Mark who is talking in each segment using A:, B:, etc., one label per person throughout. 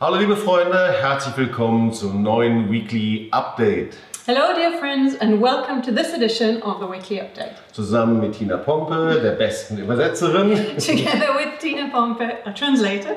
A: Hallo liebe Freunde, herzlich willkommen zum neuen Weekly Update.
B: Hello, dear friends, and welcome to this edition of the Weekly Update.
A: Zusammen mit Tina Pompe, der besten Übersetzerin.
B: Together with Tina Pompe, a translator,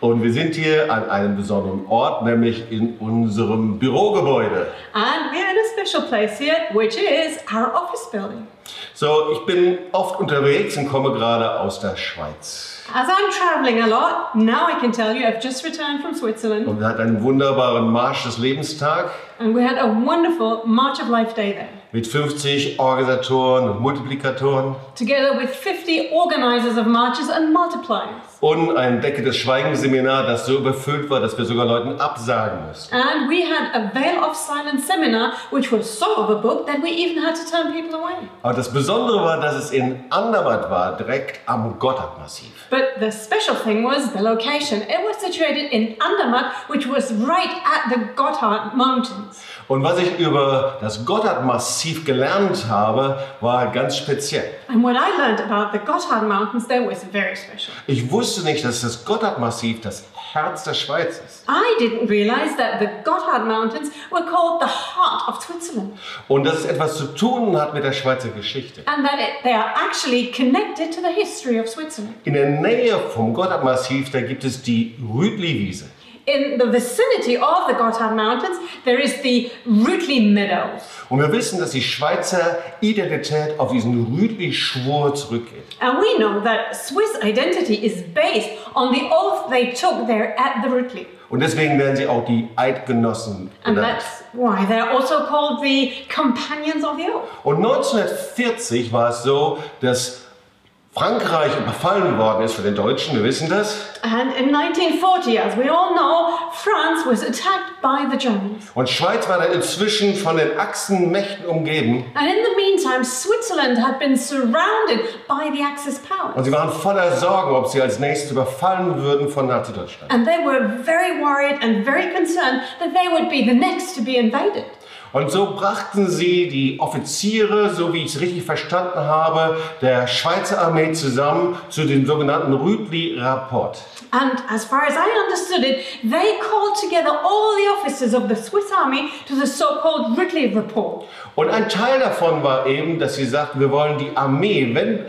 A: Und wir sind hier an einem besonderen Ort, nämlich in unserem Bürogebäude.
B: and we are in a special place here, which is our office building.
A: So, ich bin oft unterwegs und komme gerade aus der Schweiz.
B: As I'm traveling a lot, now I can tell you I've just returned from Switzerland,
A: Und wir hatten einen wunderbaren Marsch des Lebenstag
B: and we had a wonderful March of Life Day there,
A: mit 50 Organisatoren und Multiplikatoren
B: together with 50 organizers of marches and multipliers.
A: und ein Decke des Schweigens-Seminar, das so überfüllt war, dass wir sogar Leuten absagen mussten.
B: And we had a Veil of Silence seminar, which was so overbooked that we even had to turn people away.
A: Aber das Besondere war, dass es in Andermatt war, direkt am Gotthardmassiv.
B: But the special thing was the location. It was situated in Andermatt, which was right at the Gotthard Mountains.
A: Und was ich über das Gotthardmassiv gelernt habe, war ganz speziell.
B: And what I learned about the Gotthard Mountains there was very special.
A: Ich wusste nicht, dass das Gotthardmassiv das Herz der Schweiz ist
B: I didn't realize that the Gotthard Mountains were called the heart of Switzerland
A: und dass es etwas zu tun hat mit der Schweizer Geschichte.
B: and that it, they are actually connected to the history of Switzerland.
A: In der Nähe vom Gotthardmassiv, da gibt es die Rütliwiese.
B: In the vicinity of the Gotthard Mountains, there is the Rütli Meadows.
A: Und wir wissen, dass die Schweizer Identität auf diesen Rütli-Schwur zurückgeht.
B: And we know that Swiss identity is based on the oath they took there at the Rütli.
A: Und deswegen werden sie auch die Eidgenossen
B: And
A: genannt.
B: that's why they're also called the companions of the oath.
A: Und 1940 war es so, dass Frankreich überfallen worden ist von den Deutschen, wir wissen das.
B: And in 1940, as we all know, France was attacked by the Germans.
A: Und Schweiz war dann inzwischen von den Achsenmächten umgeben.
B: And in the meantime, Switzerland had been surrounded by the Axis powers.
A: Und sie waren voller Sorgen, ob sie als nächstes überfallen würden von Nazi-Deutschland.
B: And they were very worried and very concerned that they would be the next to be invaded.
A: Und so brachten sie die Offiziere, so wie ich es richtig verstanden habe, der Schweizer Armee zusammen zu dem sogenannten Rütli-Rapport.
B: And as far as I understood it, they called together all the officers of the Swiss army to the so called Ridley Report.
A: Und ein Teil davon war eben, dass sie sagten, wir wollen die Armee, wenn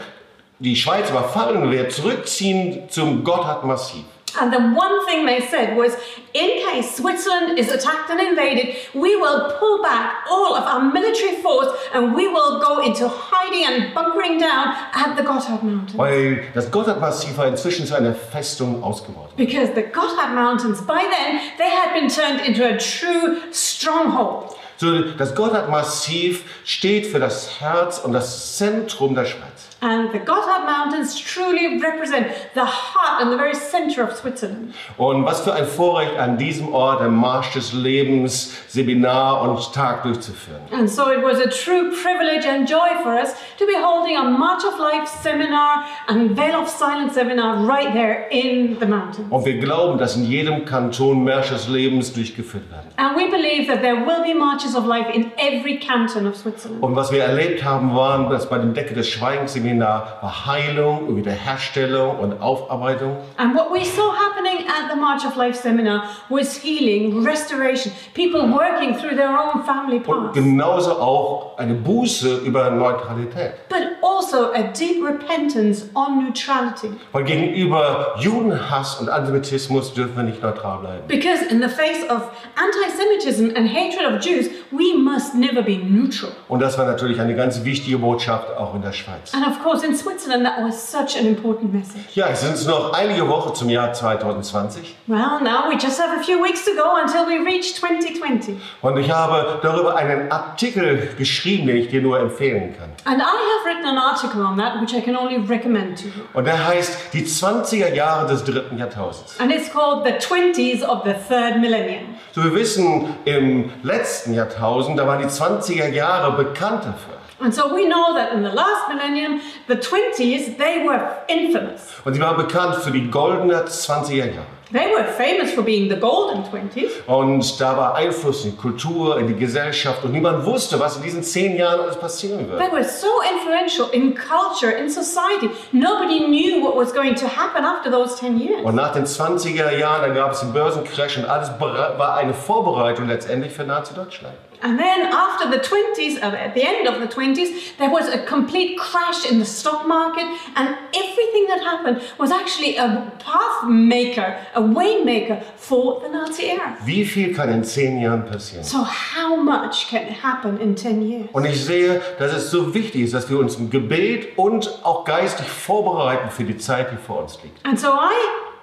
A: die Schweiz überfallen wird, zurückziehen zum Gotthardmassiv.
B: And the one thing they said was in case Switzerland is attacked and invaded, we will pull back all of our military force and we will go into hiding and bunkering down at the Gotthard Mountains.
A: Weil das Gotthardmassiv war inzwischen zu einer Festung ausgebaut.
B: Because the Gotthard Mountains, by then, they had been turned into a true stronghold.
A: So, das Gotthardmassiv steht für das Herz und das Zentrum der Schweiz.
B: And the Gotthard Mountains truly represent the heart and the very center of Switzerland.
A: Und was für ein Vorrecht an diesem Ort, im Marsch des Lebens, Seminar und Tag durchzuführen.
B: And so it was a true privilege and joy for us to be holding a March of Life seminar and Veil of Silence seminar right there in the mountain.
A: Und wir glauben, dass in jedem Kanton Märsche des Lebens durchgeführt werden.
B: And we believe that there will be Marches of Life in every canton of Switzerland.
A: Und was wir erlebt haben, waren, dass bei dem Decke des Schweigens-Seminar war Heilung und Wiederherstellung und Aufarbeitung.
B: And what we saw happening at the March of Life seminar was healing, restoration, people working through their own family
A: Und
B: past,
A: genauso auch eine Buße über Neutralität.
B: but also a deep repentance on neutrality.
A: Weil gegenüber Judenhass und Antisemitismus dürfen wir nicht neutral bleiben.
B: Because in the face of anti Semitism and hatred of Jews, we must never be neutral.
A: Und das war natürlich eine ganz wichtige Botschaft auch in der Schweiz.
B: And of course, in Switzerland, that was such an important message.
A: Ja, es sind noch einige Wochen zum Jahr 2020.
B: Well, now we just have a few weeks to go until we reach 2020.
A: Und ich habe darüber einen Artikel geschrieben, den ich dir nur empfehlen kann.
B: And I have written an article on that, which I can only recommend to you.
A: Und der heißt Die 20er Jahre des dritten Jahrtausends.
B: And it's called The 20s of the Third Millennium.
A: So, wir wissen, im letzten Jahrtausend, da waren die 20er Jahre bekannt dafür.
B: And so we know that in the last millennium, the 20s, they were infamous.
A: Und sie waren bekannt für die goldene 20er Jahre.
B: They were famous for being the golden 20s.
A: Und da war Einfluss in die Kultur, in die Gesellschaft und niemand wusste, was in diesen zehn Jahren alles passieren wird.
B: They were so influential in culture, in society. Nobody knew what was going to happen after those 10 years.
A: Und nach den 20er Jahren, dann gab es den Börsencrash und alles bere- war eine Vorbereitung letztendlich für Nazi-Deutschland.
B: And then after the 20s, uh, at the end of the 20s, there was a complete crash in the stock market, and everything that happened was actually a path maker, a way maker for the Nazi era.
A: Wie viel kann in zehn Jahren passieren?
B: So, how much can happen in 10 years?
A: Und ich sehe, dass es so wichtig ist, dass wir uns im Gebet und auch geistig vorbereiten für die Zeit, die vor uns liegt.
B: And so I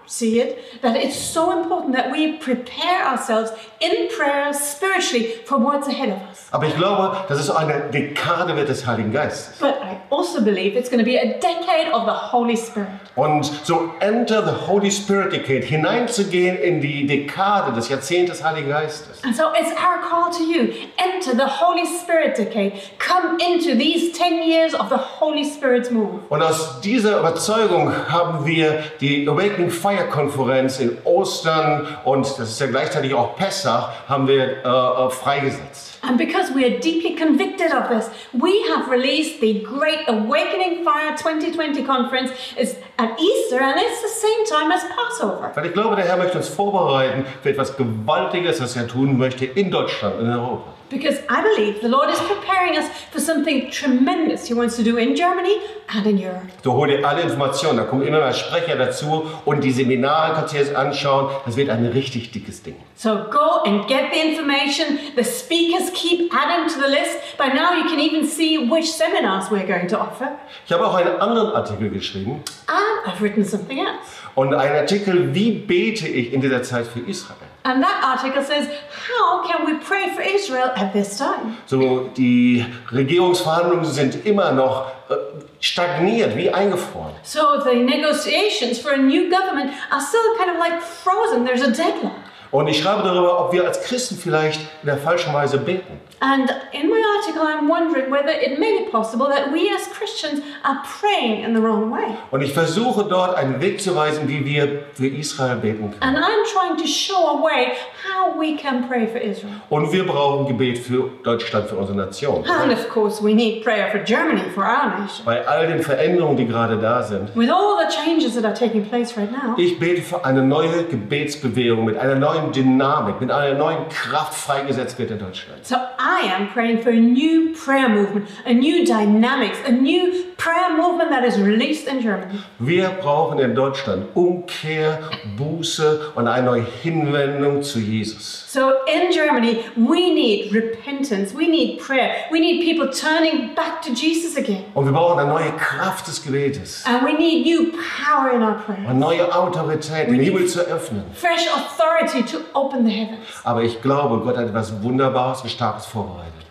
B: see it that it's so important that we prepare ourselves in prayer spiritually for what's ahead of us.
A: Aber ich glaube, dass es eine Dekade wird des Heiligen Geistes.
B: But I also believe it's going to be a decade of the Holy Spirit.
A: Und so enter the Holy Spirit Decade, hineinzugehen in die Dekade, des Jahrzehnts des Heiligen Geistes.
B: And so it's our call to you. Enter the Holy Spirit decade. Come into these 10 years of the Holy Spirit's move.
A: Und aus dieser Überzeugung haben wir die Awakening Fire Konferenz in Ostern und das ist ja gleichzeitig auch Pessach, haben wir äh, äh, freigesetzt.
B: And because we are deeply convicted of this, we have released the Great Awakening Fire 2020 conference. It's at Easter and it's the same time as Passover.
A: Weil ich glaube, der Herr möchte uns vorbereiten für etwas Gewaltiges, was er tun möchte in Deutschland, in Europa.
B: Because I believe the Lord is preparing us for something tremendous He wants to do in Germany and in Europe.
A: So hol dir alle Informationen, da kommen immer mehr Sprecher dazu und die Seminare kannst du dir jetzt anschauen. Das wird ein richtig dickes Ding.
B: So go and get the information. The speakers keep adding to the list. By now, you can even see which seminars we're going to offer.
A: Ich habe auch einen anderen Artikel geschrieben
B: And I've written something else.
A: und einen Artikel, wie bete ich in dieser Zeit für Israel.
B: And that article says, How can we pray for Israel at this time?
A: So, die Regierungsverhandlungen sind immer noch äh, stagniert, wie eingefroren.
B: So the negotiations for a new government are still kind of like frozen. There's a deadline.
A: Und ich schreibe darüber, ob wir als Christen vielleicht in der falschen Weise beten.
B: And in my article, I'm wondering whether it may be possible that we as Christians are praying in the wrong way.
A: Und ich versuche dort einen Weg zu weisen, wie wir für Israel beten können.
B: And I'm trying to show a way how we can pray for Israel.
A: Und wir brauchen Gebet für Deutschland, für unsere Nation.
B: And of course, we need prayer for Germany, for our nation.
A: Bei all den Veränderungen, die gerade da sind.
B: With all the changes that are taking place right now,
A: Ich bete für eine neue Gebetsbewegung mit einer neuen Dynamik, mit einer neuen Kraft freigesetzt wird in Deutschland.
B: so I am praying for a new prayer movement, a new dynamics, a new prayer movement that is released in Germany.
A: Wir brauchen in Deutschland Umkehr, Buße und eine neue Hinwendung zu Jesus.
B: So in Germany, we need repentance, we need prayer, we need people turning back to Jesus again,
A: Und wir brauchen eine neue Kraft des Gebetes,
B: and we need new power in our prayer.
A: eine neue Autorität, den Himmel zu öffnen.
B: Fresh authority to open the heavens.
A: Aber ich glaube, Gott hat etwas Wunderbares und Starkes vorbereitet.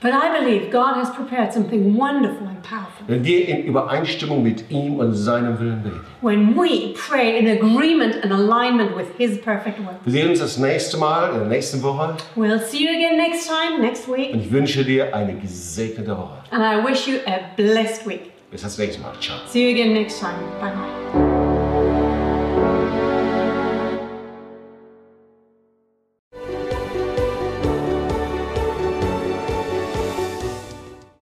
B: But I believe God has prepared something wonderful and powerful.
A: Wenn wir in Übereinstimmung mit ihm und seinem Willen beten.
B: when we pray in agreement and alignment with His perfect will.
A: Wir sehen uns das nächste Mal in der nächsten Woche
B: We'll see you again next time, next week,
A: und ich wünsche dir eine gesegnete Woche.
B: and I wish you a blessed week.
A: Bis das nächste Mal. Ciao.
B: See you again next time. Bye bye.